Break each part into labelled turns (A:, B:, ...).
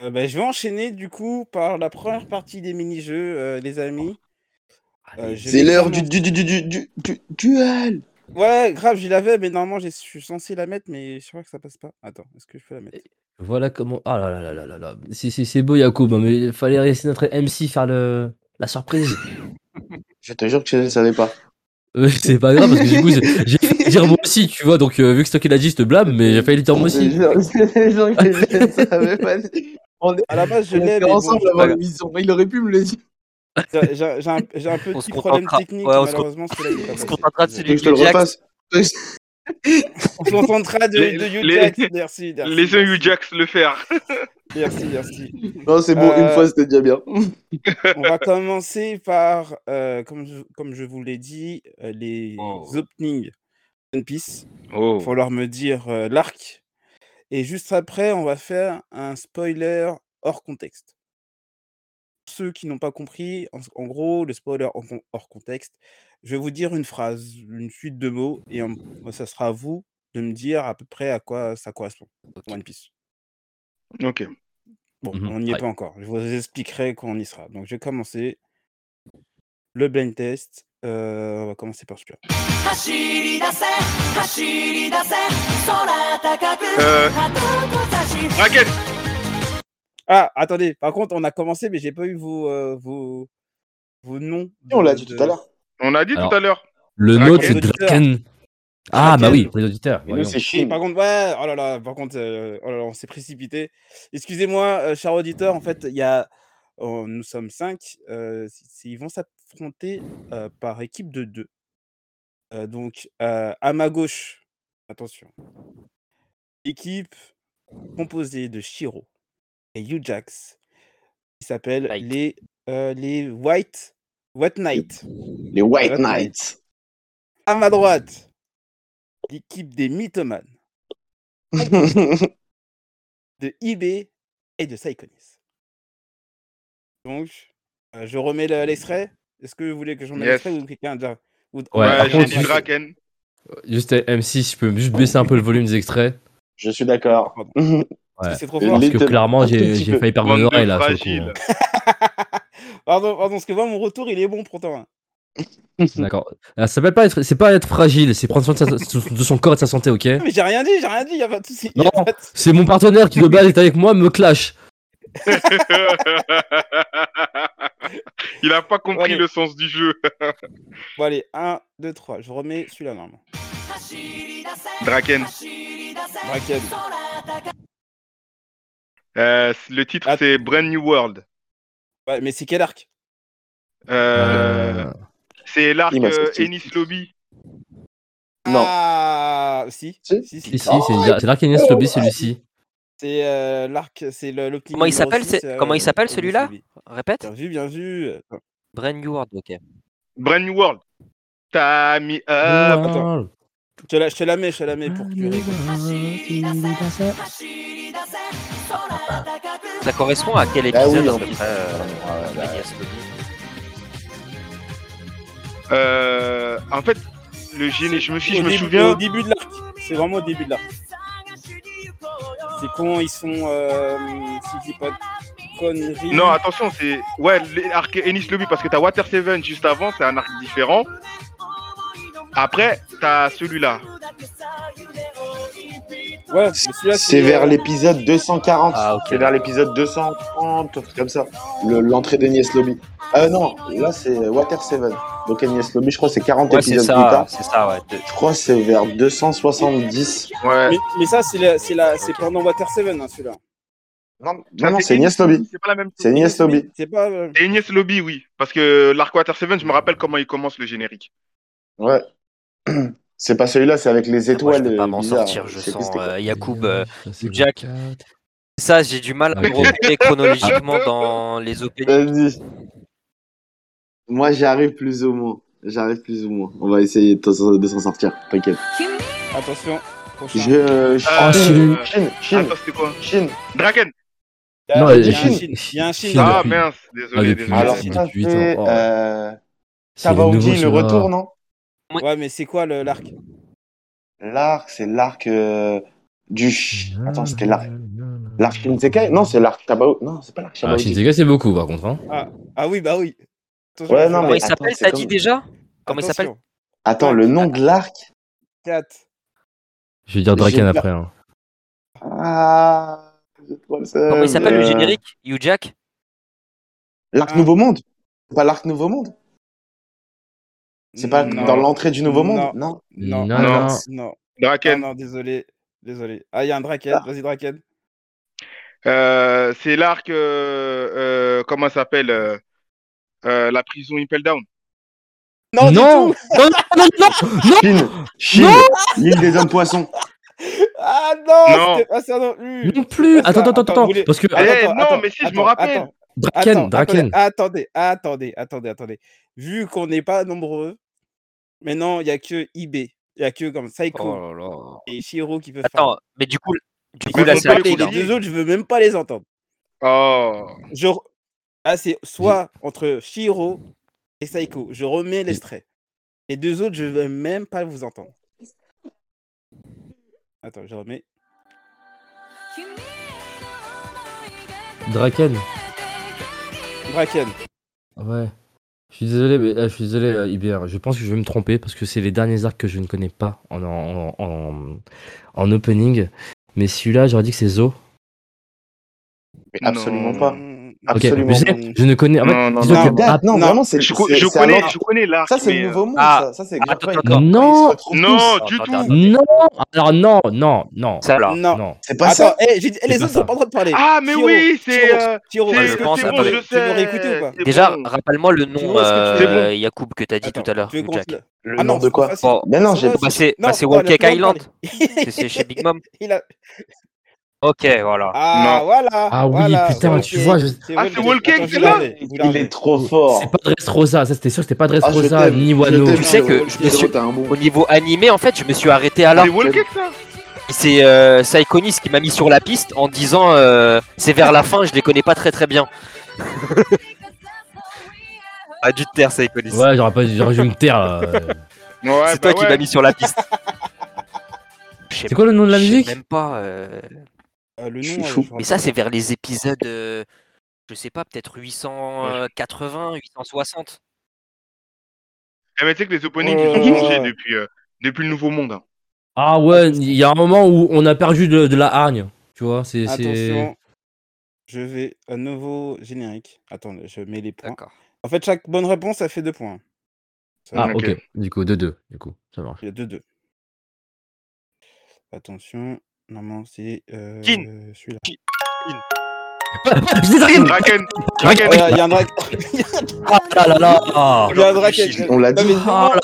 A: Euh, bah, je vais enchaîner du coup par la première partie des mini-jeux, euh, les amis. Euh, je
B: C'est
A: vais
B: l'heure du,
A: commencer-
B: du, du, du, du, du- du- duel.
A: Ouais, grave, je l'avais, mais normalement, j'ai- je suis censé la mettre, mais je crois que ça passe pas. Attends, est-ce que je peux la mettre?
C: Voilà comment. Ah là là là là là là. C'est, c'est, c'est beau, Yacoub, hein, mais il fallait laisser notre MC faire le... la surprise.
B: Je te jure que je ne savais pas.
C: Euh, c'est pas grave, parce que du coup, j'ai, j'ai failli dire moi aussi, tu vois. Donc, euh, vu que c'est toi qui l'as dit, je te blâme, mais j'ai failli le dire moi
B: Je te
C: aussi.
B: jure je te jure que je ne savais pas. On est
A: À la base, je
B: on
A: l'ai,
B: était
A: mais bon,
B: ensemble
A: j'ai-
B: avant l'émission. Il aurait pu me le dire.
A: j'ai j'ai un, j'ai un
D: On se
A: petit problème
D: contentera.
A: technique,
D: Ouais, on se
A: malheureusement, celui-là, il est pas
D: on se
A: passé.
D: contentera de celui-
B: Tu veux que je te le
D: Les Jacks.
B: repasse
A: On se contentera de,
E: Les-
A: de Hugh
E: les-
A: Jack. Merci, merci.
E: Laissez
A: merci.
E: Ujax le faire.
A: Merci, merci.
B: Non, c'est bon, une
A: Euh,
B: fois c'était déjà bien.
A: On va commencer par, euh, comme, je, comme je vous l'ai dit, euh, les
D: Oh.
E: Wow.
A: openings One Piece. Il
E: Oh.
A: faut leur me dire euh, l'arc. Et juste après, on va faire un spoiler hors contexte. Ceux qui n'ont pas compris, en, en gros, le spoiler hors, con- hors contexte, je vais vous dire une phrase, une suite de mots, et en- ça sera à vous de me dire à peu près à quoi ça correspond, One Piece.
E: Ok.
A: Bon,
C: Mhm,
A: on n'y est
C: ouais.
A: pas encore. Je vous expliquerai quand on y sera. Donc, je vais commencer le blind test. Euh, on va commencer par celui-là.
F: 走り出せ走り出せ空高く
E: Euh.
F: 旗を差し
E: Raquette
A: Ah, attendez. Par contre, on a commencé, mais j'ai pas eu vos, euh, vos, vos noms.
B: On
A: de-
B: l'a dit
A: de-
B: tout à l'heure.
E: On a dit
C: Alors.
E: tout à l'heure.
C: Le
E: Draken.
C: mot, c'est
A: Auditeur.
C: Draken. Ah, bah
A: Draken.
C: oui, pour les auditeurs.
B: Et nous,
C: voyons.
B: c'est
A: Oui,
B: Chine.
A: par contre, ouais, oh là là, par contre, euh, oh là là, on s'est précipité. Excusez-moi, euh, cher auditeur, en fait, il y a, oh, nous sommes cinq. euh, c- c- ils vont s'affronter euh, par équipe de deux. Euh, donc, euh, à ma gauche, attention, équipe composée de Shiro et Ujax, qui s'appelle
D: Knight.
A: les, euh, les White, White Knight.
B: Les White
A: White
B: Knights.
A: À ma droite, l'équipe des Mythomanes, de eBay et de Psychonis. Donc, euh, je remets le- l'extrait. Est-ce que vous voulez que je remets
E: Yes.
A: l'extrait ou quelqu'un déjà ou-
C: Ouais,
E: Ouais,
C: par
E: j'ai
C: contre,
E: dit
C: tu-
E: Draken.
C: Juste euh, MC, si je peux juste baisser un peu le volume des extraits.
B: Je suis d'accord.
A: Pardon.
C: Ouais.
A: C'est trop
B: Et
A: fort.
C: Parce que
B: Little-
C: clairement,
B: un tout
C: j'ai,
B: petit
C: j'ai
B: peu.
C: failli perdre
E: Bande
C: mon
E: de
C: oreille là. sur le coup,
E: fragiles.
A: pardon, pardon, parce que moi, mon retour, il est bon pourtant. hein.
C: hein. D'accord. Ah, Ça s'appelle pas être, c'est pas être fragile, c'est prendre soin de, sa- de son corps et de sa santé, ok
A: Mais j'ai rien dit, j'ai rien dit, il a pas de souci. y a
C: Non.
A: pas de-
C: C'est mon partenaire qui de base est avec moi me clash.
E: Il a pas compris
A: Ouais.
E: le sens du jeu.
A: Bon, allez, 1, 2, 3. Je remets celui-là, normalement.
F: 走り出せ
E: Draken.
F: 走り出せ
A: Draken.
F: 空高く
E: Euh, le titre,
A: Att-
E: c'est Brand New World.
A: Ouais, mais c'est quel arc
E: Euh,
C: Euh,
E: C'est l'arc
B: Il m'a
E: euh,
B: sorti.
E: Ennis Lobby.
B: Non.
A: Ah, si.
B: Si.
A: si, si.
C: Si, si, c'est, Oh, c'est l'Arcanius Lobby, celui-ci.
A: C'est euh, l'arc, c'est le- l'optimisme
D: Comment il
A: numéro
D: s'appelle,
A: six,
D: c'est- comment il s'appelle,
A: Odysseus
D: celui-là
A: Lobby.
D: Répète
A: Bien vu, bien vu.
D: Brand New World, ok.
E: Brand New World. T'as mis
C: oh,
E: euh, up.
A: attends. Je te la, je te la mets, je te la mets pour que tu rigoles.
F: 走り出せ走り出せ空高く
D: Ça correspond à quel
A: Bah
B: Ah oui,
D: épisode
B: en
D: à peu
B: plus.
D: près, euh,
B: Ouais, ouais, ouais.
D: Phineas Lobby
E: Euh, en fait, le génie, je me, suis, je
A: au
E: me
A: début-
E: souviens.
A: Au début de l'arc. C'est vraiment au début de l'arc. C'est quand ils sont. Euh, si je dis pas de conneries.
E: Non, attention, c'est. Ouais, l'arc Ennis Lobby, parce que t'as Water Seven juste avant, c'est un arc différent. Après, t'as celui-là.
A: Ouais, mais celui-là,
B: C'est vers l'épisode 240.
D: Ah, ok.
B: C'est vers l'épisode 230, un truc comme ça. Le- L'entrée de d'Agnès Lobby. Ah non, là c'est Water Seven. Donc Agnès Lobby, je crois que c'est 40
D: Ouais, c'est
B: épisodes plus
D: ça,
B: tard.
D: c'est ça, ouais. de-
B: Je crois que c'est vers 270.
E: Ouais.
A: Mais, mais ça, c'est la- c'est la- c'est pendant Water Seven, hein, celui-là.
B: Non,
E: Ça,
B: non, non, c'est Agnès Lobby.
E: C'est pas la même
B: C'est Agnès Lobby.
A: C'est pas. euh,
E: C'est Agnès Lobby, oui. Parce que l'arc Water Seven, je me rappelle comment il commence le générique.
B: Ouais. C'est pas celui-là, c'est avec les
D: Moi, je
B: étoiles.
D: peux pas
B: euh,
D: m'en
B: bizarres.
D: sortir, je
B: sais plus
D: sens
B: c'était quoi.
D: euh, Yacoub. euh,
C: Ça, c'est le
D: Jack.
C: quatre.
D: Ça, j'ai du mal à me
C: Ok.
D: retrouver chronologiquement dans les openings.
B: Vas-y. Moi, j'arrive plus ou moins. J'arrive plus ou moins. On va essayer de s'en- de s'en sortir. T'inquiète.
A: Attention. prochain.
B: Je. euh, Chine,
E: Euh,
C: Chine.
B: Chine, Chine,
E: Attends, c'était quoi
B: Chine.
E: Draken
A: Il y a-
C: Non,
A: il y a
B: Chine.
A: un Chine. Il y a un Chine.
C: Chine.
E: Ah
C: depuis-
E: mince, désolé,
C: ah, depuis-
E: désolé.
B: Alors,
C: c'est
B: ça,
C: depuis
B: c'est.
C: huit ans. Oh, ouais.
B: euh,
C: C'est le nouveau
B: Tabaoudi, le
C: Shinoa.
B: retour, non
A: Ouais, mais c'est quoi le- l'arc
B: L'arc, c'est l'arc euh, du. ch- Attends, c'était l'arc. L'arc Shinsekai Non, c'est l'arc Tabao. Non, c'est pas l'arc
C: Ah,
B: Tabao.
C: Shinsekai, c'est beaucoup par contre. Hein.
A: Ah oui, bah oui. Attention,
B: Ouais,
A: faut
B: non,
A: faire
D: Comment
B: mais
D: il s'appelle
B: attends,
D: T'as
B: c'est
D: dit
B: comme-
D: déjà Comment il s'appelle
A: attention.
B: Attends, le nom de l'arc
A: Quatre.
C: Je vais dire
B: Mais j'ai
C: Draken
B: pas-
C: après. hein.
B: Ah. je crois que c'est-
D: Comment il s'appelle le
B: euh,
D: générique You Jack
B: L'arc
A: Ah.
B: Nouveau Monde Pas l'arc Nouveau Monde C'est pas
A: Non.
B: dans l'entrée du Nouveau Monde
A: Non. Non,
B: Non.
C: Non,
A: non,
C: non.
A: non,
E: Draken.
A: non, désolé. Désolé. Ah, il y a un Draken.
B: Ah.
A: Vas-y, Draken.
E: Euh, c'est l'arc. euh, euh, comment ça s'appelle euh, euh, La prison Impel Down.
A: Non, du
C: non,
A: tout.
C: non, non, non, non
B: Chine Chine L'île des hommes poissons
A: Ah non,
E: Non.
A: c'était pas ça non plus.
C: non plus.
A: Attends,
C: Attends, attends,
A: attends,
C: attends,
A: vous voulez-
C: parce que
E: Eh,
A: Attends, attends,
E: non,
A: attends,
E: mais si, je
A: attends,
E: me rappelle.
A: attends,
C: Draken,
A: attends,
C: Draken.
A: Attendez, attendez, attendez, attendez. Vu qu'on n'est pas nombreux, maintenant, il n'y a que IB. Il n'y a que comme Psycho
D: Oh là là.
A: et Shiro qui peuvent faire.
D: Attends, mais du coup, du coup
E: Ils
D: là,
E: font
D: c'est
E: pas
D: la
E: les
A: Et
D: couleur.
A: les deux autres, je veux même pas les entendre.
E: Oh.
A: Je... re- Ah, c'est soit entre Shiro et Psycho. Je remets l'extrait. Les deux autres, je veux même pas vous entendre. Attends, je remets.
C: Draken.
A: Bracken.
C: Ouais. Je suis désolé, mais euh, je suis désolé, euh, IBR. Je pense que je vais me tromper parce que c'est les derniers arcs que je ne connais pas en, en, en, en opening. Mais celui-là, j'aurais dit que c'est Zo.
B: Mais absolument
E: Non.
B: pas.
A: Mm,
C: Ok,
B: Absolument
C: je sais,
B: pas.
C: je ne connais. En fait,
E: Non, non,
C: disons
A: non.
C: que-
A: Non,
B: Date,
C: ah,
B: non,
A: non.
B: vraiment, c'est.
E: Je, co-
B: c'est-
E: je
B: c'est un
E: connais,
B: ordre-
E: je connais l'arc.
B: Ça, c'est
E: mais,
B: le
E: euh,
B: nouveau monde,
D: ah.
B: ça. Ça, c'est
D: Attends,
B: grave pas, ils-
D: attends,
B: ils
C: non,
B: se retrouvent
E: Ah, Non,
B: tous.
E: du
D: Attends,
E: tout.
D: attends, attends.
C: non, alors non, non, non,
D: Ça là.
A: Non.
C: non.
B: C'est pas
A: Attends,
B: ça.
A: eh, j'ai dit- eh, les
C: C'est pas
A: autres sont
C: ça.
A: pas en train de parler.
E: Ah, mais
A: Shiro,
E: oui, c'est.
A: Shiro,
E: euh,
A: Shiro,
E: c'est-
A: est-ce
E: c'est
A: que
D: bon,
A: tu veux-
D: attendez.
A: tu veux réécouter ou pas
E: c'est
D: Déjà,
E: bon.
D: rappelle-moi le
A: Tu
D: nom
A: vois ce que tu-
D: euh, Yacoub que t'as dit
A: Attends,
D: tout à l'heure.
A: tu veux
D: Hugh
A: qu'on
D: Jack.
A: se la-
B: Le
A: Ah non,
B: nom de
A: c'est
B: quoi
A: facile.
D: Bon,
B: Mais non,
A: C'est
B: j'ai-
A: vrai,
D: bah, c'est
A: Non,
D: bah, c'est
A: on va
D: One
A: le
D: Cake
A: faire
D: Island.
A: parler.
D: C'est- C'est chez Big Mom.
A: Il a-
D: Ok, voilà.
A: Ah,
E: Non.
A: voilà.
C: Ah oui,
A: voilà,
C: putain,
A: Wall
C: tu
A: Cake.
C: vois, je-
E: Ah,
A: Wall
E: c'est
A: Cake.
E: Wall Cake,
A: Attends, je
E: c'est
A: vais
E: là
A: l'arrêter, je vais
B: Il est
A: l'arrêter.
B: trop fort.
C: c'est pas Dress Rosa, ça c'était sûr, c'était pas Dress
B: Ah, je
C: Rosa,
B: t'aime.
C: ni
B: Je
C: Wano.
B: t'aime,
D: Tu sais
B: Pierrot,
D: que je me
B: Pierrot,
D: suis-
B: t'as un bon.
D: Au niveau animé, en fait, je me suis arrêté à là.
E: C'est Wall Cake, ça
D: C'est euh, Psychonis qui m'a mis sur la piste en disant euh, c'est vers la fin, je les connais pas très très bien. Ah, du terre, Psychonis.
C: Ouais, j'aurais pas j'aurais dû me taire là. Euh,
E: Ouais,
D: c'est toi qui
E: bah ouais.
D: m'as mis sur la piste. Je sais
C: C'est quoi le nom de la
D: je sais
C: musique
D: Même pas. euh,
A: Euh, Le
B: Je suis
A: nom, euh,
B: chaud.
A: je
D: Mais
A: rappelle.
D: ça, c'est vers les épisodes, euh, je sais pas, peut-être 880, 860.
E: Eh, mais tu sais que les openings,
A: Euh,
E: ils ont changé
A: ouais.
E: depuis, euh, depuis le Nouveau Monde. hein.
C: Ah ouais, il y a un moment où on a perdu de, de la hargne. Tu vois, c'est. c'est-
A: Attention. Je vais à nouveau générique. Attendez, je mets les points.
D: D'accord.
A: En fait, chaque bonne réponse, ça fait deux points. Ça
C: Ah,
A: va,
C: ok.
E: Ok.
C: Du coup, 2-2. Du coup, ça marche.
A: Il y a deux, deux. Attention. Normalement, c'est euh,
E: Kin.
A: celui-là.
C: Je les arrête
E: Draken
A: Oh,
E: Draken
A: Il y a- il y a un drac.
C: Ah là là là Ah
A: Il y a un draken.
B: On l'a
A: Non,
B: dit.
A: mais vraiment,
C: Oh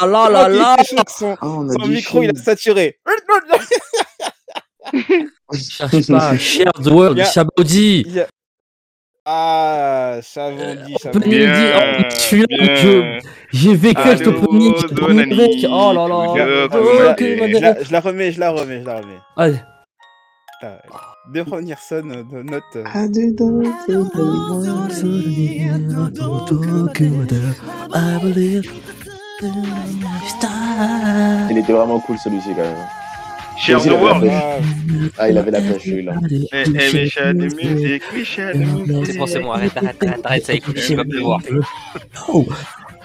C: là là là là
A: c'est moi qui
C: là là
A: ai fait chaud que son-
B: Ah, on a
A: Son
B: dit.
A: micro, il a
B: Chine.
A: saturé.
C: Cherche pas, Shared World,
A: Y a-
C: Shabaudi
A: Il y a- Ah, Chavondi,
C: Opening
A: Chavondi.
C: dit, oh, je suis là, je- J'ai vécu
E: Allô,
C: avec l'opening qui tournait
E: Donani,
C: mec. Oh là là
E: Jacob,
C: Oh, que
E: Donani.
A: Je
C: madame.
A: la, je la remets, je la remets, je la remets.
C: Allez.
A: Putain, De Ron Hirson, euh, de note. euh,
B: Ah, de- Il était vraiment cool celui-ci quand même.
E: Share the
B: Vas-y,
E: world
A: grave.
B: Ah, il avait la pêche celui-là.
E: Eh, eh, mais share the music, we share the music.
D: C'est bon, c'est bon, arrête, arrête, arrête, arrête, ça écoute, tu vas plus voir.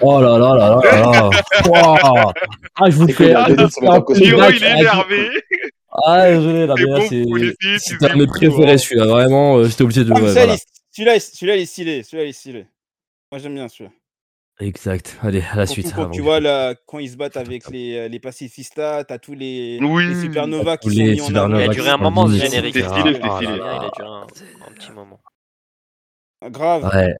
C: Oh là là là là là Ouah. Ah, je vous
B: C'est
C: fais.
B: cool,
C: Ah,
B: il y a
C: je
B: deux-
C: vous fais un
B: Giro, il est
E: Giro,
C: playback
E: il
C: à-
E: est énervé
C: Ah, désolé, là,
E: C'est
C: mais là,
E: bon,
C: c'est.
E: vous l'essayez,
C: C'est
E: c'est
C: un de mes
E: bon.
C: préférés, celui-là. Vraiment, euh, j'étais obligé de.
A: Ah, mais
C: ouais,
A: celui-là, il
C: voilà.
A: est- Celui-là, celui-là, il est stylé. Celui-là, il est stylé. Moi, j'aime bien celui-là.
C: Exact. Allez, à la
A: Surtout
C: suite.
A: quand
C: avant
A: tu
C: que-
A: vois là, quand ils se battent avec les, les pacifistas, t'as tous les,
E: Oui.
A: les supernovas qui
C: Tous
A: sont
C: les
A: mis en avant.
D: Il a
C: supernovas
D: duré un moment, ce
C: Ah C'est
D: générique.
E: stylé, c'est
D: Ah,
E: stylé.
D: là, là, Il a duré un un petit moment.
A: Ah, Grave.
C: Ouais,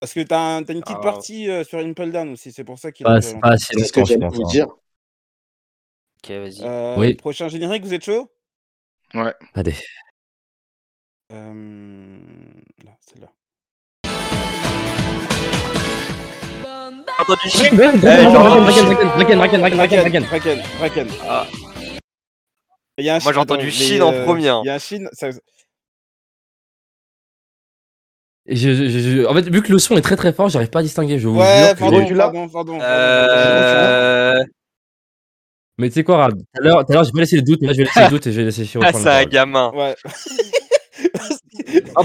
A: Parce que t'as un- t'as une petite
D: Ah.
A: partie euh, sur Impel Down aussi. C'est pour ça qu'il a
C: pas,
A: duré longtemps.
C: pas assez
B: C'est ce que
C: longtemps, je
B: j'allais
C: pense.
B: vous
C: hein.
B: dire.
D: Ok, vas-y.
A: Euh,
C: Oui.
A: Prochain générique, vous êtes chaud
C: Allez.
A: Euh, Là, celle-là.
D: Ah.
C: Eh, Draken, Draken, Draken, Draken, Draken, Draken.
A: Draken, Draken.
D: Ah.
A: Il y a un
D: Moi, j'ai
A: Chine,
D: entendu
A: mais,
D: Chine en
A: euh,
D: premier, hein.
A: Il y a un Chine. ça-
C: Et je- je- je- En fait, vu que le son est très très fort, j'arrive pas à distinguer. Je vous
A: Ouais,
C: jure que-
A: pardon,
B: tu l'as
A: pardon, pardon.
D: Euh...
C: Mais tu sais quoi, Rab Tout à l'heure, tout à l'heure, j'ai pas laissé le doute, mais là, je vais laisser le doute et je vais laisser Chiro
D: Ah,
C: prendre
D: c'est
C: la parole.
D: un gamin.
A: Ouais.
C: parce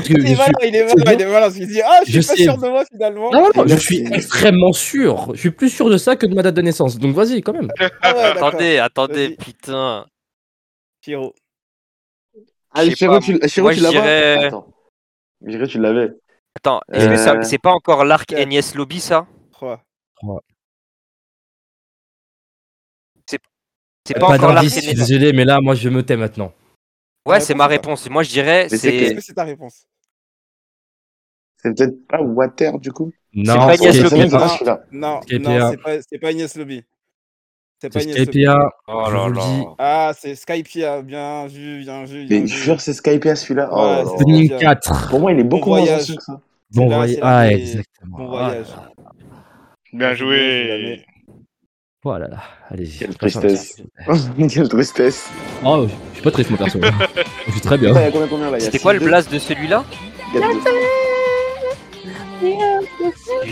C: que je
A: Il est
C: suis-
A: malin, il est malin, il est malin, parce qu'il se dit Ah, je suis
C: Je
A: pas
C: sais. Ah
A: sûr de moi finalement.
C: Non, non, je
B: Merci.
C: suis extrêmement sûr. Je suis plus sûr de ça que de ma date de naissance. Donc vas-y, quand même.
A: Ah ouais, d'accord.
D: Attendez, attendez,
A: Vas-y.
D: putain.
A: Pierrot.
B: Ah,
D: Je sais
B: Chiro,
D: pas,
B: tu, Chiro,
D: moi,
B: tu
D: je
B: l'avais
D: dirais- euh,
B: Attends. Chiro, tu l'avais.
D: Attends, est-ce que ça-
B: Euh.
D: c'est pas encore l'arc
A: Quatre.
D: Agnès Lobby ça
A: Trois.
D: C'est
A: Euh,
D: pas
A: pas
D: encore l'arc
A: d'indice,
C: je suis
D: Agnès.
C: désolé, mais là, moi, je me tais maintenant.
D: Ouais, c'est ma
A: Ouais,
D: réponse. Moi, je dirais,
B: Mais c'est
A: Est-ce
D: c'est.
A: que c'est ta réponse
B: C'est peut-être pas Water, du coup Ah,
D: C'est
C: Non,
D: pas
B: c'est
D: Agnès
B: c'est-
D: Le
B: c'est
D: Pen,
B: pas
A: hein.
B: celui-là.
A: Non,
C: Skype
A: non,
C: IA.
A: c'est pas, c'est pas Agnès Lobby. C'est pas
C: c'est
A: Agnès Lobby.
C: Skypia.
D: Oh
C: Je
D: là
C: vous le dis.
D: là.
A: Ah, c'est Skypia. Bien vu, bien vu. Bien
B: Mais je
A: vu.
B: jure, c'est Skype à celui-là. Oh,
A: Ouais,
B: là là.
A: c'est-
C: Stunning 4.
B: Pour moi, il est beaucoup moins
A: voyage.
B: ancien que ça.
C: Bon
A: là,
C: voyage.
A: c'est là
C: Ah,
A: que les-
C: exactement. Ah,
A: Bon voyage.
E: Bien
A: Jamais.
E: joué.
C: Voilà, oh là. Allez.
B: Quelle tristesse. Quelle tristesse.
C: Oh, je suis pas triste, mon perso. je suis très bien.
B: Attends, il y a combien, combien là Il y a
D: C'était
B: six,
D: quoi le
B: deux,
D: blast de celui-là
B: quatre, deux.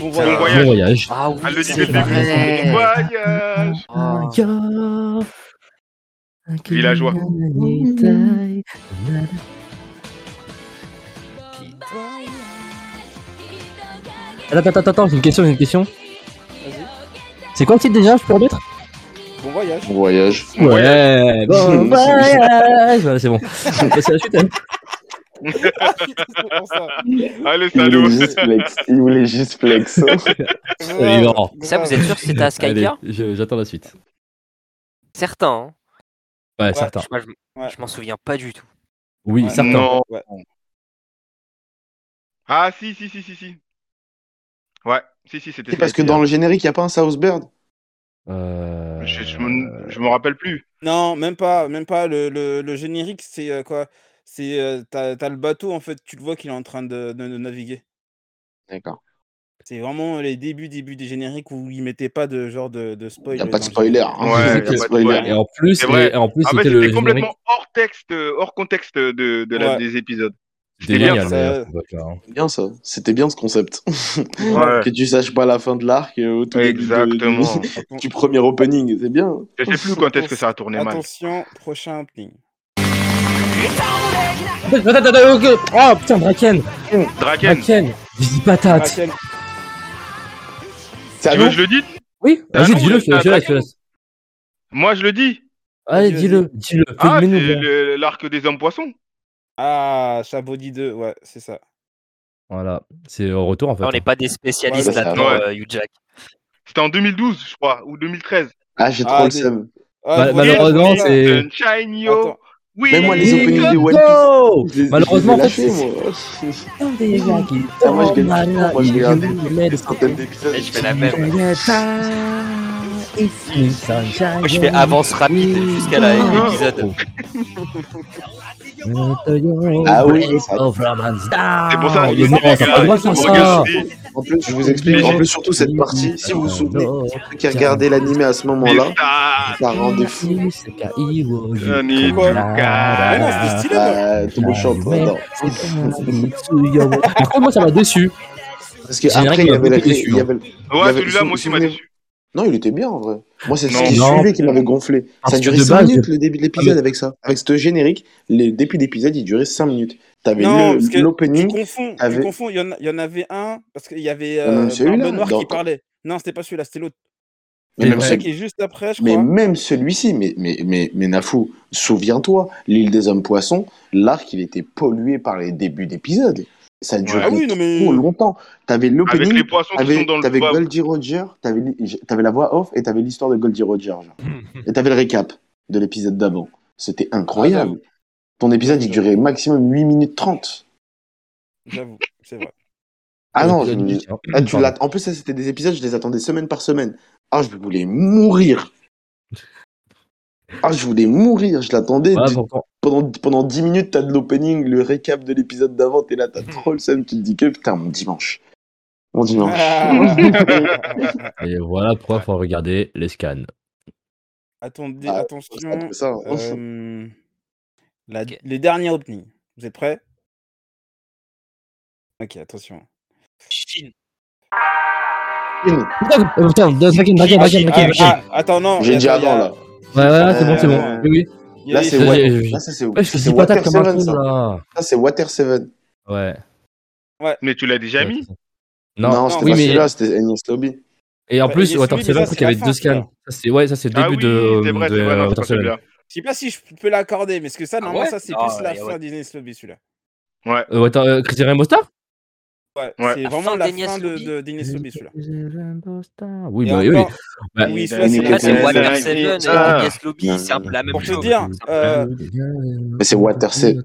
A: Bon
D: Putain.
E: Bon
A: voyage.
C: Bon
E: voyage.
C: voyage.
D: Ah oui,
E: Elle le dit
D: c'est
E: dès le début. Bon
D: vrai.
E: voyage.
D: Ah.
E: Villageois.
C: Attends, attends, attends, j'ai une question, j'ai une question.
A: Vas-y.
C: C'est quoi le titre déjà, je peux remettre
A: Bon voyage.
B: Bon voyage.
C: Ouais, bon voyage Voilà, c'est bon. On passe à la suite, hein.
A: C'est pour ça.
E: Allez,
B: Il voulait
E: salut.
B: juste flex. Il voulait juste flex.
C: C'est énorme.
D: Ça, vous êtes
B: Ah,
D: sûr que c'était à
C: Allez,
D: Skypia
C: je- J'attends la suite.
D: Certain. hein.
C: Ouais, certain.
D: Moi, je m-
A: Ouais.
D: je m'en souviens pas du tout.
C: Oui,
A: Ouais.
C: certain.
E: Non.
A: Ouais.
E: Ah, si, si, si, si, si. Ouais, si, si, c'était
B: C'est parce que
E: Skype,
B: dans
E: hein.
B: le générique, il n'y a pas un South Bird.
C: Euh...
E: Je, je, me- je me rappelle plus.
A: Non, même pas, même pas. Le, le, le générique, c'est euh, quoi C'est euh, t'as, t'as le bateau en fait. Tu le vois qu'il est en train de, de- de naviguer.
B: D'accord.
A: C'est vraiment les débuts, débuts des génériques où ils mettaient pas de genre de, de
B: Il
A: spoil.
B: n'y a pas de
A: dans le
B: spoiler.
A: générique.
B: hein.
E: Ouais,
B: Il y a
E: y
C: Et
B: pas de spoiler.
E: a pas de spoiler.
C: en plus,
E: C'est vrai.
C: et en plus
E: Ah, bah,
C: c'était le générique
E: c'était complètement hors texte, euh, hors contexte de, de la-
A: Ouais.
E: des épisodes.
C: C'était
E: C'était bien,
C: génial,
A: ça.
C: d'ailleurs, cette époque-là, hein.
B: C'était bien ça. C'était bien ce concept.
E: Ouais.
B: que tu saches pas la fin de l'arc euh, au tout début de-
E: Exactement.
B: du-
A: Atten-
B: du premier opening. C'est bien.
E: Je sais plus quand est-ce que ça a tourné mal.
A: Attention, prochain opening.
C: Attends, attends, attends, ok. Oh putain, Braken
E: Draken,
C: Braken Je dis
B: Ah,
C: patate
A: Raquel,
B: C'est à
E: tu veux
B: nous
E: que je le dise
C: Oui
E: Ah
C: Vas-y,
E: non,
C: dis-le,
E: mais
C: je te laisse, je te laisse, je te
E: Bracken.
C: laisse.
E: Moi, je le dis.
C: Allez,
A: Vas-y,
C: dis-le, dis-le.
E: Ah, c'est
C: Fais-le, mets-nous, bien.
E: le- l'arc des hommes poissons.
A: Ah, Chabody 2, ouais, c'est ça.
C: Voilà, c'est au retour en fait.
D: Là, on n'est pas des
A: Ouais,
D: spécialistes
B: bah,
D: là-dedans,
E: ouais.
D: euh, Hugh Jack.
E: C'était en 2012, je crois, ou 2013.
B: Ah, j'ai
A: Ah,
B: trop le
A: des-
B: seum.
A: Ah,
C: Mal-
A: bon,
C: malheureusement,
A: bien,
C: c'est-
E: Sunshine, yo.
A: Attends.
E: Oui.
B: Même moi, Ah, les
C: Oui,
B: openings de One Piece.
C: go
B: je- je
C: Oh, Malheureusement,
B: les
C: en fait,
B: ai lâchés,
C: c'est-
B: moi.
C: Ah,
B: Mmh. Ah, moi, je gagne tout le temps. Moi, je regardais des
C: regardais.
B: centaines d'épisodes.
D: Je fais la même.
B: Mmh.
C: Moi,
D: Moi, je fais avance rapide jusqu'à la-
E: Oh.
D: l'épisode.
B: Ah oui, Ah, ça-
E: C'est pour ça que
C: il est mort, ça pas le droit de faire ça.
B: en plus, je vous explique. En plus, surtout cette partie, si vous vous souvenez, ceux qui regardaient l'animé à ce moment-là, ça rendait fou.
E: Euh,
A: Ah, non, c'était stylé, moi.
B: Ah, tout le monde chante.
C: Ouais.
B: non.
C: Par contre, moi, ça m'a déçu.
B: Parce que
C: Générique,
B: après, il y
C: il
B: avait la.
C: était
B: il y avait- il y
E: Ouais,
B: avait-
E: celui-là, moi aussi, m'a
B: souvenez-
E: déçu.
B: Non, il était bien en vrai. Moi, c'est ce
E: Non.
B: qui
C: Non.
B: suivait qui m'avait gonflé.
C: Parce
B: Ça
C: que
B: durait
C: de
B: 5
C: base,
B: minutes le début de l'épisode
C: Ah,
B: avec ça. Avec ce générique, le début d'épisode, il durait 5 minutes. T'avais
A: Non,
B: le-
A: parce que Tu
B: l'opening.
A: confonds, tu
B: avait-
A: confonds, il y, en a- il y en avait un, parce qu'il y avait
B: en a
A: euh,
B: même celui-là,
A: Barbe Noire
B: dans-
A: qui parlait. Non, c'était pas celui-là, c'était l'autre.
B: Mais,
C: Mais
B: même,
C: ouais.
A: Celui
B: celui-
A: qui est juste après, je
B: mais
A: crois.
B: même celui-ci, mais, mais, mais, mais Nafou, souviens-toi, l'île des hommes poissons, l'arc, il était pollué par les débuts d'épisode. Ça durait
A: Ah oui, non, mais-
B: trop longtemps. T'avais
E: Avec les
B: l'opening,
E: poissons qui sont
B: t'avais
E: dans
B: t'avais
E: le bas.
B: Goldie Roger, t'avais li- t'avais la voix off et t'avais l'histoire de Goldie Roger. genre. Et t'avais le récap de l'épisode d'avant.
E: Ah,
B: C'était incroyable. Ton épisode, il durait maximum 8 minutes 30.
A: J'avoue, c'est vrai.
B: Ah non, je-
C: Mm.
B: ah, tu l'as- en plus, ça, c'était des épisodes, je les attendais semaine par semaine. Ah, je voulais mourir. Ah, je voulais mourir. Je l'attendais.
C: Voilà,
B: Tu-
C: pourtant.
B: pendant, pendant 10 minutes, t'as de l'opening, le récap de l'épisode d'avant, t'es là, t'as
C: Mm.
B: trop le seum. Tu te dis que putain, mon dimanche. Mon dimanche.
A: Ah,
C: Et voilà pourquoi faut regarder les scans.
A: attendez,
B: Ah, Ça,
A: attention.
B: c'est ça.
A: euh, la-
D: Ok.
A: Les derniers openings. Vous êtes prêts Ok, attention.
D: Chine.
C: Putain, euh, putain, Draken, Draken, Draken,
A: Ah,
C: Draken.
A: ah, attends, non.
B: J'ai dit
A: attends, y
B: avant,
A: a-
B: là.
C: Ouais, ouais, ouais, c'est bon, c'est
A: Euh,
C: bon. Oui, oui.
A: y a
B: Là,
A: les-
B: c'est
C: j'ai-
B: Water
C: j'ai-
B: Là, ça, c'est
C: Ouais, je
B: c'est
C: suis
B: Water
C: patate comme un
B: Seven,
C: con
B: ça.
C: là.
B: Ça, c'est Water Seven.
C: Ouais.
E: Mais tu l'as déjà mis
B: Non,
C: Non,
B: c'était
C: oui,
B: pas
C: mais-
B: celui-là, c'était Agnès Lobby.
C: Et en
A: Ouais,
C: plus,
A: Agnès
C: Water
A: Lobby,
C: Seven,
A: déjà,
C: je crois
A: c'est
C: qu'il y
A: la
C: avait
A: fin,
C: deux scans. Ça, c'est- ouais, ça, c'est le
E: Ah
C: début
E: oui,
C: de,
E: c'est vrai,
C: de euh,
E: c'est vrai, non, c'est
C: Water
E: pas
C: Seven.
E: celui-là.
A: Je sais pas si je peux l'accorder, mais parce que ça, normalement,
D: ouais
A: ça, c'est
D: Ah,
A: plus la
D: ouais,
A: fin
D: ouais.
A: d'Agnès Lobby, celui-là.
C: Euh, Water- euh, Crazy Rainbow Star
A: Ouais,
E: Ouais.
A: c'est
D: La
A: vraiment
D: fin
A: la
D: d'Agnès
A: fin de-
D: Lobby
A: de- d'Agnès Lobby, celui-là.
C: Oui,
A: Et
C: bah oui, oui.
A: encore-
C: Bah,
A: oui,
B: bah,
A: celui-là, c'est
B: oui,
A: la
D: Là, Ah, c'est hein.
B: Ouais,
A: fin.
D: Water
B: ouais,
D: Seven, et
E: ça.
D: Agnès Lobby, c'est un peu la même
A: Pour
D: chose.
A: te
E: hein.
A: dire, euh,
C: Ah,
B: Mais c'est Water Seven.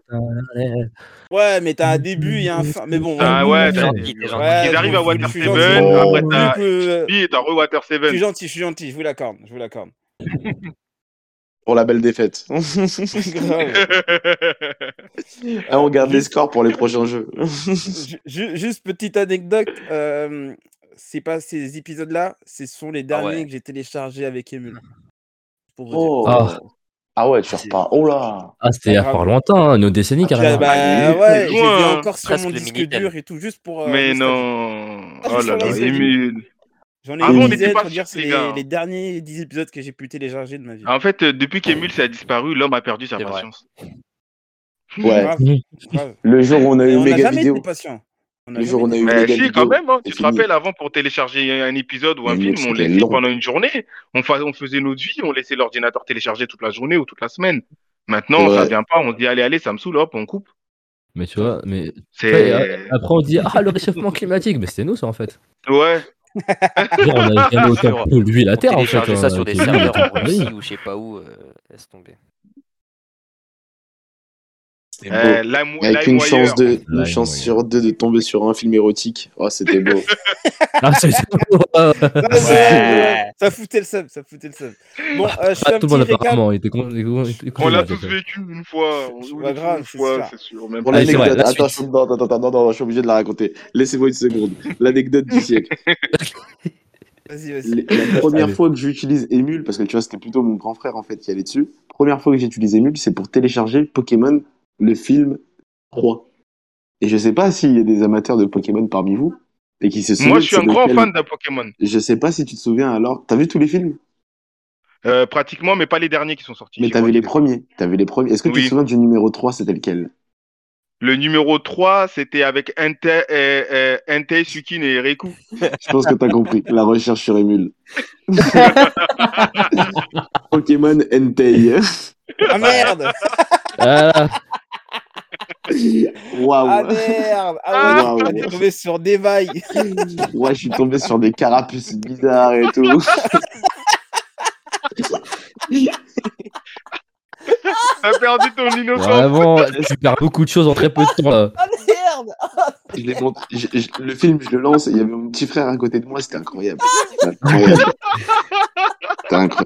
A: ouais, mais t'as un début et un fin. Mais bon, euh,
E: Ah
A: voilà.
E: ouais,
D: T'es
E: t'as-
D: gentil, t'es gentil.
A: Ouais,
E: ils arrivent à
A: je- je
E: Water
A: suis
E: Seven,
B: gentil.
E: après
B: Oh.
E: t'as
A: Plus que-
E: Puis t'as re-Water
A: euh, Je suis
E: Seven.
A: gentil, je suis gentil, je vous l'accorde, je vous l'accorde.
B: Pour la belle défaite.
A: Grave.
B: Ah, on garde les scores pour les prochains jeux.
A: Ju- ju- Juste petite anecdote, euh, c'est pas ces épisodes-là, ce sont les derniers
D: Ah ouais.
A: que j'ai téléchargés avec Emule. Pour vous dire.
B: Oh.
C: Ah.
B: Ah ouais, tu repars. Oh là
C: Ah, c'était il y a
A: grave.
C: fort lointain, hein, nos décennies
A: Ah,
C: carrément.
A: bah, ouais, j'ai
E: loin, hein.
A: encore sur
D: Presque
A: mon
D: le
A: disque
D: Minitel.
A: dur et tout, juste pour. euh,
E: Mais
A: nostalgie.
E: non.
A: Ah,
E: Oh
A: je
E: là là,
A: suis désolé.
E: Emile.
A: J'en ai
E: Avant,
B: on
A: une
E: n'était
A: dizaine,
E: Ah, pas
A: pour dire,
E: sûrs,
A: c'est
E: les
A: les,
E: gars. hein.
A: les derniers 10 épisodes que j'ai pu télécharger de ma vie.
E: En fait, euh, depuis qu'Emile ça a disparu, l'homme a perdu sa
D: C'est vrai.
E: patience. Hmm.
B: Ouais.
A: Grave,
C: Mmh.
A: grave.
B: Le jour où on a eu
A: Et
B: une
A: on n'a
B: méga
A: jamais
B: vidéo.
A: été patient. On a
B: Le jour où
A: jamais
B: on a eu une
E: Mais
B: méga
E: si,
B: vidéo.
E: quand même, hein, tu
B: c'est
E: te
B: fini.
E: rappelles avant pour télécharger un épisode ou un
B: Mais
E: film,
B: nous,
E: on
B: c'était
E: laissait
B: long.
E: pendant une journée, on, fa- on faisait notre vie, on laissait l'ordinateur télécharger toute la journée ou toute la semaine. Maintenant,
B: Ouais.
E: ça vient pas, on se dit allez, allez, ça me saoule, hop, on coupe.
C: Mais tu vois, mais
E: C'est.
C: après on dit ah le réchauffement climatique, mais c'était nous ça en fait.
E: Ouais. Ah,
C: Genre, on avait jamais
D: Sur-
C: autant pollué la
D: On
C: terre en fait.
D: téléchargeait
C: hein,
D: ça sur des
C: que lui,
D: serveurs en
C: oui.
D: Russie ou je sais pas où. euh, Laisse tomber.
B: C'était beau.
E: Euh, Lime-
B: Avec
E: Lime
B: une chance,
E: Wire.
B: de, une
C: Lime
B: chance
C: Wire.
B: sur deux de tomber sur un film érotique. Oh, c'était beau.
C: Ah, c'est Ah, ça.
A: Non, mais c'est- Ça foutait le seum, ça foutait le seum. Bon, euh, je fais
C: Ah,
A: un
C: tout le monde
A: petit récap.
C: apparemment était con. était con- était con-
E: On l'a
C: était
E: tous
C: con-
E: vécu une fois. On
A: pas
E: l'a tous
A: grave,
E: une
A: c'est
E: fois,
A: sûr.
E: c'est sûr. Même
B: Pour
E: pas.
C: Allez, Ah, c'est
B: l'anecdote,
C: vrai, la
B: attends, je...
C: suite.
B: non, non, non, non, non, je suis obligé de la raconter. Laissez-moi une seconde. L'anecdote du siècle.
A: Vas-y, vas-y.
B: Les- La première
C: Allez.
B: fois que j'utilise Emule, parce que tu vois, c'était plutôt mon grand frère en fait qui allait dessus. Première fois que j'utilise Emule, c'est pour télécharger Pokémon, le film 3. Et je sais pas s'il y a des amateurs de Pokémon parmi vous et qui se souviennent.
E: Moi, je suis
B: c'est
E: un grand
B: lequel-
E: fan de Pokémon.
B: Je sais pas si tu te souviens alors. T'as vu tous les films
E: Euh, pratiquement, mais pas les derniers qui sont sortis.
B: Mais
E: je
B: t'as
E: crois
B: vu les
E: que c'est ça.
B: premiers. T'as vu les premiers. Est-ce que tu
E: Oui.
B: te souviens du numéro 3 C'était lequel
E: Le numéro 3, c'était avec Entei, euh, euh, Entei, Sukin et Reku.
B: Je pense que t'as compris. La recherche sur Emule. Pokémon Entei.
A: Ah merde
C: Ah,
A: Ah
B: Waouh.
A: merde Ah ouais,
B: Waouh.
A: t'es tombé sur des vagues
B: Ouais, je suis tombé sur des carapuces bizarres et tout.
E: T'as perdu ton innocence.
C: vraiment, tu perds beaucoup de choses en très peu de temps là.
A: Ah merde
B: Je les montre- je- je- le film, je le lance et il y avait mon petit frère à côté de moi, c'était incroyable. C'était incroyable. C'était incro-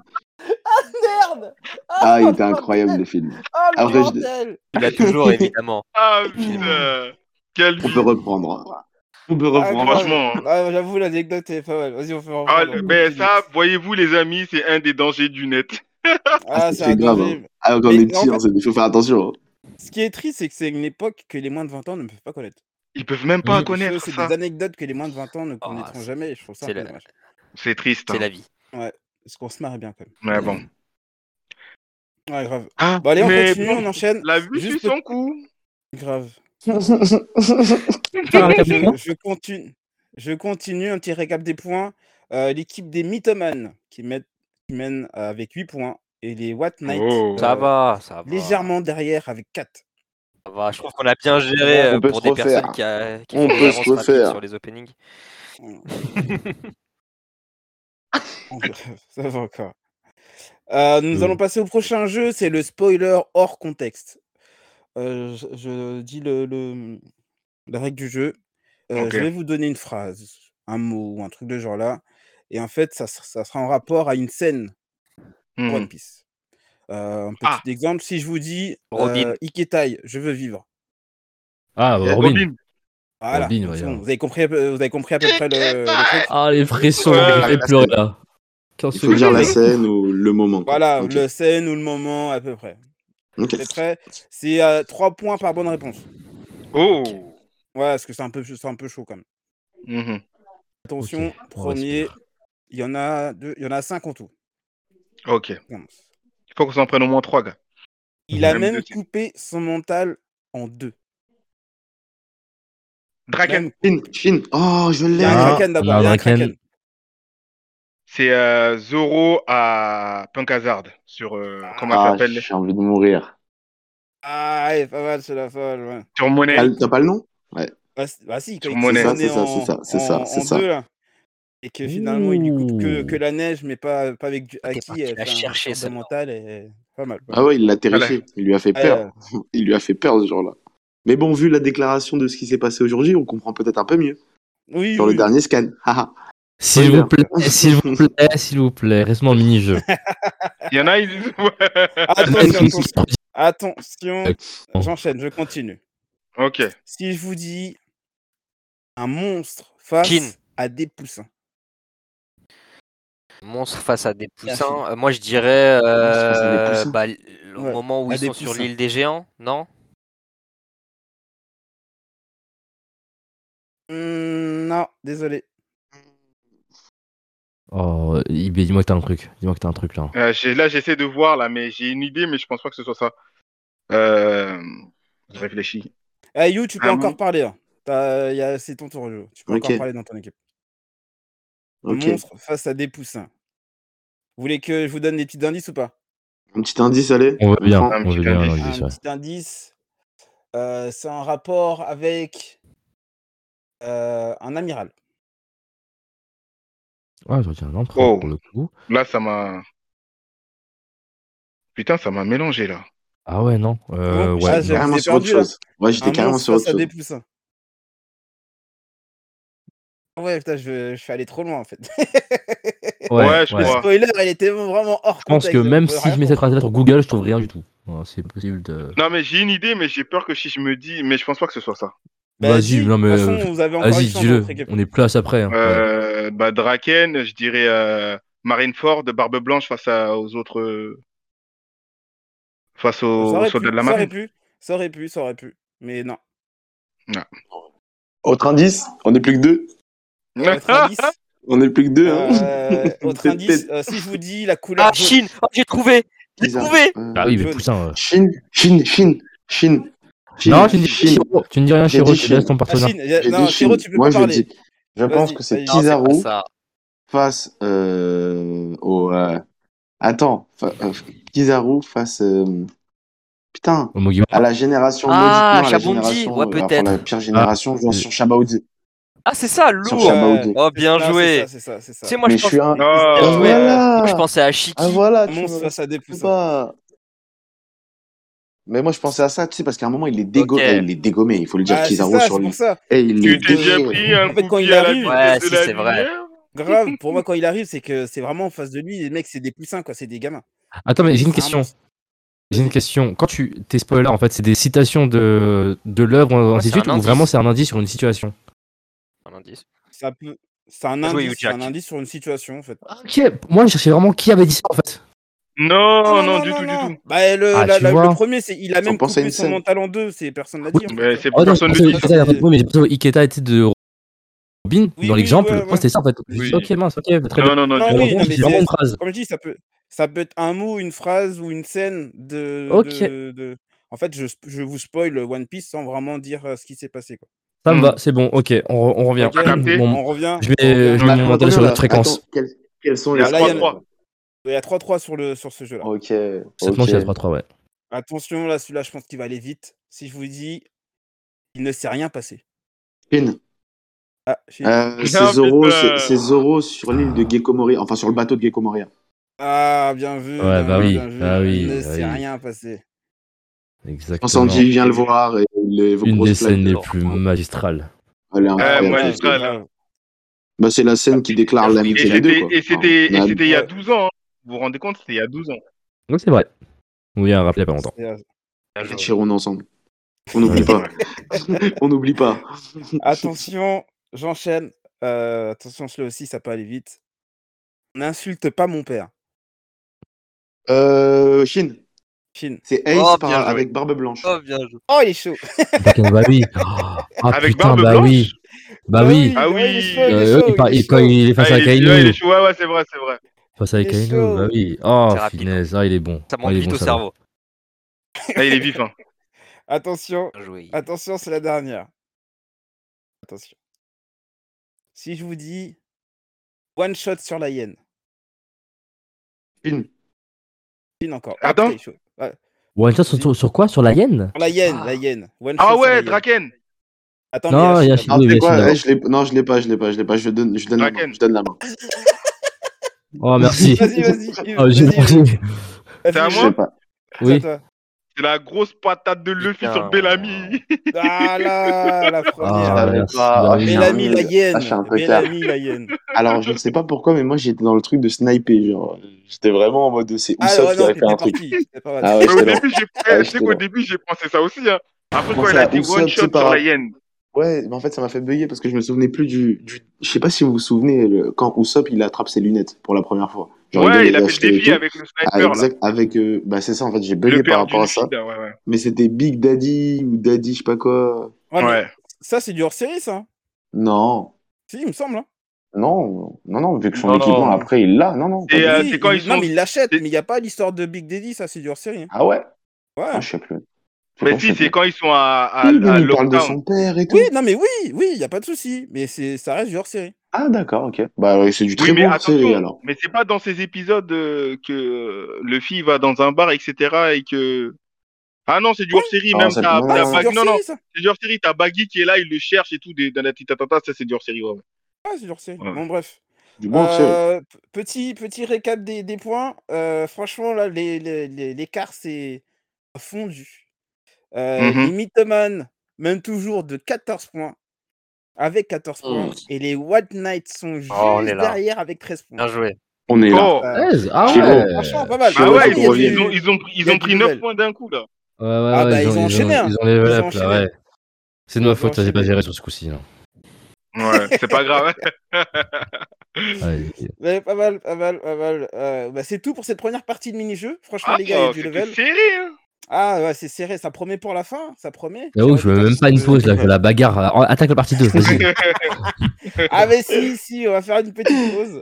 A: Merde
B: Ah, il était incroyable le film.
A: Ah le
B: Après, je-
A: bordel
D: Il a toujours, évidemment.
E: Ah, putain. Quelle
B: On
E: vie.
B: peut reprendre. On peut
A: Ah, grave.
B: reprendre.
E: Franchement.
A: Ah, J'avoue, l'anecdote est pas mal. Vas-y, on fait un
E: Ah,
A: reprendre.
E: mais ça, voyez-vous, les amis, c'est un des dangers du net.
A: Ah, c'est
B: c'est
A: un
B: grave,
A: danger.
B: Ah,
A: Mais
B: quand on est petit,
A: en
B: hein, c'est- il faut faire attention.
A: Ce qui est triste, c'est que c'est une époque que les moins de 20 ans ne peuvent pas connaître.
E: Ils peuvent même pas
C: Oui,
A: Des choses,
E: connaître
A: C'est
E: ça.
A: des anecdotes que les moins de 20 ans ne
C: Ah,
A: connaîtront
D: c'est-
A: jamais. et Je trouve ça un
D: c'est
A: peu
D: la-
A: dommage.
E: C'est triste.
D: C'est
E: hein.
D: la vie.
A: Parce qu'on se marre bien quand même.
E: Mais bon.
A: Ouais, grave.
E: Ah,
A: Bon, Bah, allez, on
E: mais
A: continue,
E: bon,
A: on enchaîne.
E: La vue
A: Juste
E: suit son coup.
A: Grave.
C: Faire un récap
A: je,
C: des points
A: je continue. Je continue un petit récap des points. Euh, L'équipe des Mythoman qui, mène- qui mène euh, avec 8 points et les What Knights
E: Oh.
A: euh,
D: Ça va, ça va.
A: légèrement derrière avec 4.
D: Ça va, je trouve qu'on a bien géré
B: On
D: euh,
B: peut
D: pour
B: se
D: des
B: refaire.
D: personnes qui, a- qui
B: On
D: font
B: peut
D: des
B: se
D: avances rapides
B: refaire.
D: sur les openings.
A: Ça va encore. Euh, nous
C: Mm.
A: allons passer au prochain jeu, c'est le spoiler hors contexte. Euh, je, je dis le, le- la règle du jeu. Euh,
E: Ok.
A: Je vais vous donner une phrase, un mot ou un truc de genre là. Et en fait, ça, s- ça sera en rapport à une scène
E: Hmm.
A: One Piece. Euh, un petit
E: Ah.
A: exemple, si je vous dis
D: Robin.
A: euh, Iketai, je veux vivre.
C: Ah, bah, Robin.
E: Robin.
A: Voilà.
C: Robin,
A: c'est
C: voyons.
A: bon, vous, avez compris, à peu- vous avez compris à peu près le, le truc.
C: Ah, les frissons,
E: Ouais.
C: on fait pleurer là.
B: Il faut dire la
C: laisse.
B: scène ou le moment. quoi.
A: Voilà,
B: Ok.
A: le scène ou le moment à peu près.
B: Ok.
A: C'est prêt C'est euh, trois points par bonne réponse.
E: Oh.
A: Voilà, parce que c'est un peu, c'est un peu chaud quand même.
E: Mhm.
A: Attention,
C: on
A: premier,
C: respire.
A: il y en a deux, il y en a cinq en tout.
E: Ok. Il faut qu'on s'en prenne au moins trois, gars.
A: Il a
E: Même
A: même
E: deux types.
A: coupé son mental en deux.
E: Draken.
B: Chine, Chine. Oh, je
A: Il y a un
C: Ah,
B: l'ai.
A: Kraken
C: il y a
A: d'abord.
C: un
A: Il y a un
C: Draken.
A: Kraken.
E: C'est euh, Zoro à Punk Hazard sur euh, comment ça
B: Ah,
E: s'appelle
B: j'ai envie de mourir.
A: Ah, elle est pas mal, c'est la folle. Ouais.
E: sur Money.
B: Ah, T'as pas le nom
A: Bah, c- bah si, quand il
E: Sur Monet.
A: s'en
B: C'est
A: est
B: ça,
A: en-
B: c'est ça, c'est ça,
A: en-
B: c'est
A: en
B: ça.
A: deux, là. Et que finalement, il lui coûte que,
C: Ouh.
A: que la neige, mais pas, pas avec du haki.
D: Ah, parti
A: Elle
D: la
A: fait un
D: chercher,
A: tour de
D: celle-là.
A: mental et pas mal. quoi. Euh,
B: Ah ouais, il l'a
E: Voilà.
B: terrifié. Il lui a fait
A: Ouais,
B: peur. Il lui a fait peur, ce genre-là. Mais bon, vu la déclaration de ce qui s'est passé aujourd'hui, on comprend peut-être un peu mieux.
A: oui,
B: Sur
A: oui.
B: le dernier scan. Ah, ah.
C: S'il
B: Oui,
C: vous plaît, s'il vous plaît, s'il vous plaît, restons en mini-jeu.
E: Il y en a, ils...
A: Attention, attention. attention. J'enchaîne, je continue.
E: ok.
A: Si je vous dis un monstre face
D: Chine.
A: à des poussins.
D: Monstre face à des
A: Bien
D: poussins. Euh, Moi, je dirais
B: face à des
D: euh,
B: poussins.
D: bah, l- au
A: Ouais,
D: moment où
A: à
D: ils
A: des
D: sont sur
A: poussins.
D: l'île des géants, non
A: Hmm, non, désolé.
C: Oh, Ibé, dis-moi que t'as un truc. Dis-moi que t'as un truc là.
E: Euh, j'ai- là, j'essaie de voir, là, mais j'ai une idée, mais je pense pas que ce soit ça. Euh... Je réfléchis.
A: Eh, You, tu peux
E: Ah,
A: encore
E: oui.
A: parler. hein. T'as- y a- C'est ton tour, You. Tu peux encore
B: Ok.
A: parler dans ton équipe.
B: ok.
A: Monstre face à des poussins. Vous voulez que je vous donne des petits indices ou pas
B: Un petit indice, allez.
C: On veut bien,
E: Un
C: on
E: petit
C: veut bien.
E: indice.
C: Olivier,
A: un
C: ça.
A: petit indice. Euh, c'est un rapport avec euh, un amiral.
C: Ah, j'aurais dit un empereur
E: Oh.
C: pour le coup.
E: Là, ça m'a... Putain, ça m'a mélangé, là.
C: Ah ouais, non. Euh,
A: Oh,
C: ouais,
A: ah, j'ai-
C: non.
B: Carrément
A: vous ai
B: sur autre
A: perdu, là.
B: chose. Ouais,
A: Un
B: j'étais carrément
A: monstre
B: sur autre
A: face à
B: chose.
A: des poussins. Ah Ouais, putain, je, je suis allé trop loin en fait.
C: Ouais,
E: Ouais, je
C: ouais.
E: crois.
A: Spoiler, il était vraiment hors
C: Je pense
A: contexte,
C: que
A: on
C: même
A: pouvait
C: si
A: rien
C: je mets cette phrase-là sur Google, je trouve rien du tout. Oh, C'est possible de.
E: Non, mais j'ai une idée, mais j'ai peur que si je me dis... Mais je pense pas que ce soit ça.
A: Bah,
C: Vas-y,
A: si,
C: non mais.
A: de toute
C: euh,
A: façon, vous avez encore
C: Vas-y,
A: une chance dans
C: dis-le.
A: votre équipe.
C: On est place après. hein. Ouais.
E: Euh, bah, Draken, je dirais euh, Marineford, Barbe Blanche face à, aux autres... euh, Face
A: Ça
E: aux
A: aurait
E: soldats
A: pu,
E: de la
A: ça aurait
E: marine.
A: pu, ça aurait pu, ça aurait pu. Mais non.
B: Autre indice On est plus que deux.
A: Autre
E: Ah,
A: indice,
B: On est plus que deux. hein.
A: euh, autre indice euh, si je vous dis la couleur.
D: Ah,
A: jaune-
D: Chine Oh, J'ai trouvé J'ai
B: Bizarre.
D: trouvé
B: Euh,
C: Ah oui, mais
A: jaune.
C: putain. euh.
B: Chine, Chine, Chine, Chine. Chine,
C: Non, tu ne dis rien,
B: Chine.
C: Chiro. Tu ne dis rien,
B: J'ai
C: Chiro.
B: dit
C: Tu
B: Chine.
C: laisses ton
A: Ah,
C: personnage.
A: Chine, y a-
B: J'ai
A: non,
B: dit Chine.
A: Chiro, tu peux
B: Moi,
A: pas
B: je le
A: parler.
B: dis. Je
A: Vas-y,
B: pense que c'est
A: vas-y. Non,
D: c'est pas
B: Kizaru
D: ça.
B: face euh, au. euh, Attends, fa- euh, Kizaru face. euh, Putain,
C: Au Mugiwara.
B: à la génération.
D: Ah,
B: maudite, non, à la
D: Shabondi,
B: génération,
D: ouais,
B: euh, enfin,
D: peut-être.
B: La pire génération, je lance sur Shabaudi.
D: Ah, c'est ça,
B: Sur
D: lourd
A: Shabbat.
B: Shabaudi.
D: Oh,
A: Non,
D: bien
A: c'est
D: joué
A: ça, C'est ça, c'est
D: Tu
A: ça.
D: sais, moi,
B: Mais
D: je
B: je
D: pense-
B: suis un.
E: Ah,
D: Bien
B: Ah,
D: joué.
B: voilà
D: moi, je pensais à Shiki.
B: Ah, voilà,
A: Un
B: tu
A: monstre
B: me-
A: face à des
B: Je sais
A: poussins.
B: pas. Mais moi, je pensais à ça, tu sais, parce qu'à un moment, il est, dégo...
D: Ok.
B: eh, il est dégommé, il faut le dire,
A: Ah, c'est ça,
B: Kizaru sur
A: c'est
B: lui.
A: pour ça.
B: Eh, il est
E: Tu t'es déjà
B: dégommé.
E: pris un
A: En fait,
E: coup
A: quand
E: de
A: il
E: pied à la
A: arrive-
E: vitesse
D: Ouais,
E: de
D: si,
E: la
D: c'est vrai.
E: lumière.
A: Grave, pour moi, quand il arrive, c'est que c'est vraiment en face de lui. Les mecs, c'est des poussins, quoi. C'est des gamins.
C: Attends, mais j'ai une
A: C'est un
C: question.
A: monstre.
C: J'ai une question. Quand tu tes spoilers, en fait, c'est des citations de, de l'œuvre, ainsi de
D: c'est
C: suite,
D: un
C: ou
D: indice.
C: vraiment c'est un indice sur une situation
D: Un indice.
A: Ça peut. C'est un,
D: Bien joué,
A: indice,
D: Hugh
A: c'est un
D: Jack.
A: indice sur une situation en fait.
C: Ok, moi je cherchais vraiment qui avait dit ça en fait.
E: Non, Oh,
A: Oh
E: non, du tout, du tout.
A: Bah, le,
C: Ah,
A: la-
C: tu
A: la- le
C: vois.
A: premier, c'est il a
B: Ils
A: même
B: ont pensé à
A: coupé
B: une
A: son
B: scène.
A: mental en deux, c'est personne l'a dit. En
E: Mais
A: fait.
E: c'est
C: Oh, non, je
E: personne ne
C: pensais
E: le
C: que
E: dit.
C: Iketa, en fait, oui, mais j'ai pensé au Iketa était de Robin
A: Oui,
C: dans
A: oui,
C: l'exemple.
A: ouais,
C: Moi,
A: ouais.
C: c'était ça en fait. Je me suis dit,
E: Oui.
C: ok, mince, ok, très bien. Ah
E: Non, non, non,
A: Non,
E: du
A: Ah oui,
C: Mais
E: tout.
C: par contre,
A: mais
C: c'est vraiment
A: c'est-
C: une phrase.
A: Comme je dis, ça peut, ça peut être un mot, une phrase ou une scène de.
C: Ok.
A: de- de- En fait, je, sp- je vous spoil One Piece sans vraiment dire euh, ce qui s'est passé. Quoi.
C: Ça me
E: Hmm.
C: va, c'est bon, ok, on, re- on revient.
A: Ok,
E: capté.
C: Bon,
A: On revient.
C: Mm. je mets,
A: on revient.
C: je mets
E: Ah,
C: mon
B: Attends,
C: mental sur
B: là,
C: la fréquence.
B: attends, quelles, quelles sont
E: Il y
B: les
E: a
A: Là, il y en a-
E: 3-3.
A: Il y a 3-3 sur, le, sur ce jeu-là.
B: Ok.
C: Cette
B: ok.
C: manche, il y a 3-3, ouais.
A: Attention, là, celui-là, je pense qu'il va aller vite. Si je vous dis, il ne s'est rien passé.
B: Chine.
A: Ah, j'ai-
B: Euh,
E: Ah,
B: c'est Zoro,
E: putain.
B: c'est- c'est Zoro sur l'île de Gecko Moria, enfin sur le bateau de Gecko Moria.
A: ah bien vu.
C: Ouais,
A: bien
C: bah
A: vu,
C: oui,
A: bien vu.
C: bah oui,
A: Il ne
C: bah
A: s'est
C: oui.
A: rien passé.
C: Exactement.
B: Quand Sanji vient le voir et il évoque
C: Une
B: Rose
C: des scènes les
B: Flag.
C: plus magistrales.
B: Elle est
E: Ah,
B: incroyable.
E: moi,
A: Ouais,
E: j'ai ça, là.
B: Bah, c'est la scène qui déclare
E: Et
B: l'amitié des deux.
E: c'était-
B: quoi.
E: et c'était
C: Ah,
B: Enfin, on
E: et
B: a-
E: c'était il y a
A: Ouais.
E: 12 ans. hein. Vous vous rendez compte, c'était il y a 12 ans.
C: Donc, c'est vrai. On vient rappeler il y a pas longtemps.
A: c'est-
B: on fait Chiron ensemble. On n'oublie pas. on n'oublie pas.
A: Attention, j'enchaîne. Euh, attention, celui-là aussi, ça peut aller vite. N'insulte pas mon père.
B: Euh, Chine,
A: Chine.
B: c'est Ace
D: Oh,
B: par-
D: bien joué.
B: avec Barbe Blanche.
D: Oh, bien joué.
A: Oh, il est chaud.
C: Putain, bah oui. Ah
E: Avec
C: putain,
E: Barbe
C: bah
E: Blanche
C: oui. Bah oui.
E: Ah
A: ouais, Oh, il est
E: oui.
A: chaud, il est
C: Euh,
A: chaud,
C: il par-
A: il est
C: il- quand
A: chaud.
C: il est face
E: Ah,
C: à
E: il est- ouais, il est
C: Kainu.
E: chaud. Ouais, ouais, c'est vrai, c'est vrai.
C: Face à
A: Il est
C: Kainu,
A: chaud.
C: bah oui. Oh,
D: C'est rapide.
C: finesse. Ah, il est bon.
D: Ça
C: Ah,
D: monte
C: il est
D: vite
C: bon,
D: au
C: ça va.
D: cerveau.
E: Ah, il est vif. hein.
A: Attention,
D: Bien joué.
B: Ah.
A: attention, c'est la dernière. Attention. Si je vous dis One Shot sur la hyène.
B: Film.
A: Pine encore. Oh,
E: Attends.
A: putain, il est chaud. Ouais,
C: One Shot sur, sur quoi Sur la hyène
A: sur la hyène, la hyène. One shot
E: Ah
A: sur la
E: ouais,
A: hyène.
E: Draken
A: Attendez,
C: Non,
A: là, je-
C: Yachine.
B: Non,
C: Oui,
B: c'est
C: oui,
B: quoi
C: c'est
B: Eh, je l'ai- Non, je l'ai pas, je l'ai pas, je l'ai pas. Je donne, je donne la main.
E: Draken. Ah,
B: Je donne la main.
C: Oh, merci.
A: Vas-y, vas-y.
C: Oh, j'ai
A: vas-y, vas-y.
C: mangé.
E: C'est à
A: Vas-y,
B: Je
E: moi
B: sais pas.
A: c'est à
C: Oui.
A: toi.
E: C'est la grosse patate de Luffy
D: Putain.
E: sur Bellamy.
A: Ah là, la première.
C: Ah,
B: savais
C: merci.
B: pas.
C: Bah
B: Ah,
C: oui.
B: j'ai
A: Bellamy
B: un-
A: la hyène.
B: Ah, je suis un peu
A: Bellamy la hyène.
B: Alors, je ne sais pas pourquoi, mais moi j'étais dans le truc de sniper. Genre, j'étais vraiment en mode de c'est
A: Ah
B: Usopp
A: ouais,
B: qui
A: non,
B: va
A: t'étais
B: faire un truc.
A: parti. c'était pas mal.
B: Ah ouais,
E: Mais au
B: j'étais là.
E: début, j'ai
B: Ouais,
E: je
B: j'étais
E: sais qu'au
B: bon.
E: début, j'ai pensé ça aussi. hein. Après,
B: Moi,
E: quand il
B: ça
E: a
B: a
E: dit
B: Usopp,
E: one
B: c'est
E: shot
B: pas
E: sur la
B: grave.
E: hyène.
B: Ouais, mais en fait, ça m'a fait bugger parce que je me souvenais plus du. du... Je sais pas si vous vous souvenez le- quand Usopp il attrape ses lunettes pour la première fois. Genre, doit
E: Ouais,
B: les
E: il a fait
B: acheter et
E: le défi
B: tout.
E: avec le
B: Ah,
E: sniper, là.
B: exact, avec. euh, Bah, c'est ça, en fait, j'ai bugué
E: Le
B: par
E: père du
B: rapport à
E: Luffy,
B: ça.
E: là, ouais, ouais.
B: Mais c'était Big Daddy ou Daddy, je sais pas quoi.
A: Ouais, mais
E: Ouais.
A: Ça, c'est du hors-série, ça.
B: Non.
A: Si, il me semble. hein.
B: Non, non, non, vu que son
E: Non,
B: équipement
E: non.
B: après il l'a, non, non. pas
E: Et,
B: du tout.
E: euh,
A: Oui,
E: c'est quand
A: il-
E: ils
A: Non,
E: sont-
A: mais il l'achète,
E: c'est-
A: mais il n'y a pas l'histoire de Big Daddy, ça, c'est du hors-série. hein.
B: Ah ouais
A: Ouais.
B: Ah, Je sais plus. Je sais
E: Mais
B: pas, je
E: si,
B: sais
E: c'est
B: plus.
E: quand ils sont à, à, à
B: Oui, mais Il parle de
E: Lockdown.
B: son père et tout.
A: Oui, non, mais oui, oui, il n'y a pas de souci. Mais c'est, ça reste du hors-série.
B: Ah, d'accord, ok. Bah, ouais, c'est du très
E: Oui, mais
B: bon série
E: attention,
B: alors.
E: mais c'est pas dans ces épisodes euh, que euh, Luffy va dans un bar, etc. et que. Ah non, c'est du hors-série,
B: Ah,
E: même
B: ça-
E: t'as
B: non,
E: t'as
A: Ah,
B: non,
A: c'est
E: Baggy,
A: du
E: non, non,
A: hors-série, ça.
E: c'est du hors-série, t'as Baggy qui est là, il le cherche et tout, des, dans la petite tatata, ça c'est du hors-série, ouais. ouais.
A: Ah, c'est du hors-série.
E: Ouais.
A: Bon, bref.
B: Du bon série.
A: Euh, p- petit, petit récap des, des points. Euh, franchement, là, les- les- les- l'écart s'est fondu. Euh,
E: Mhm.
A: Les Mythoman mènent toujours de 14 points. Avec 14 points.
B: Mm.
A: Et les White Knights sont juste
D: on est là.
A: derrière avec 13 points.
D: Bien joué.
B: On est là.
E: Oh.
A: Euh,
C: Ah
B: Chez
C: ouais.
A: Franchement, pas mal.
B: Chez
E: Ah
B: Ouais,
E: ouais,
B: c'est
E: ils, ont-
B: revenu.
E: ils ont, ils ont pris,
A: y
E: ils
A: a
E: ont
A: du
E: pris
A: nouvel.
E: 9 points d'un coup, là.
C: Ouais, ouais,
A: Ah
C: ouais,
A: bah, ils ont enchaîné, hein.
C: Ils ont level
A: Ils ont
C: up, là,
A: enchaîné.
C: ouais. C'est de ma
A: Ils ont
C: faute, là, j'ai pas
A: enchaîné.
C: géré sur ce coup-ci. hein. là.
E: Ouais, c'est pas grave. hein.
C: Ouais, j'ai-
A: Ouais, pas mal, pas mal, pas mal. Euh, bah, c'est tout pour cette première partie de mini-jeu. Franchement,
E: Ah,
A: les gars, il y a du
E: c'était
A: level.
E: serré, hein.
A: Ah ouais, c'est serré, ça promet pour la fin, ça promet.
C: J'avoue que je veux
A: J'aurais
C: même
A: dit
C: pas une
A: que-
C: pause, là, je veux la bagarre. Alors, Attaque la partie 2, vas-y.
A: Ah mais si, si, on va faire une petite pause.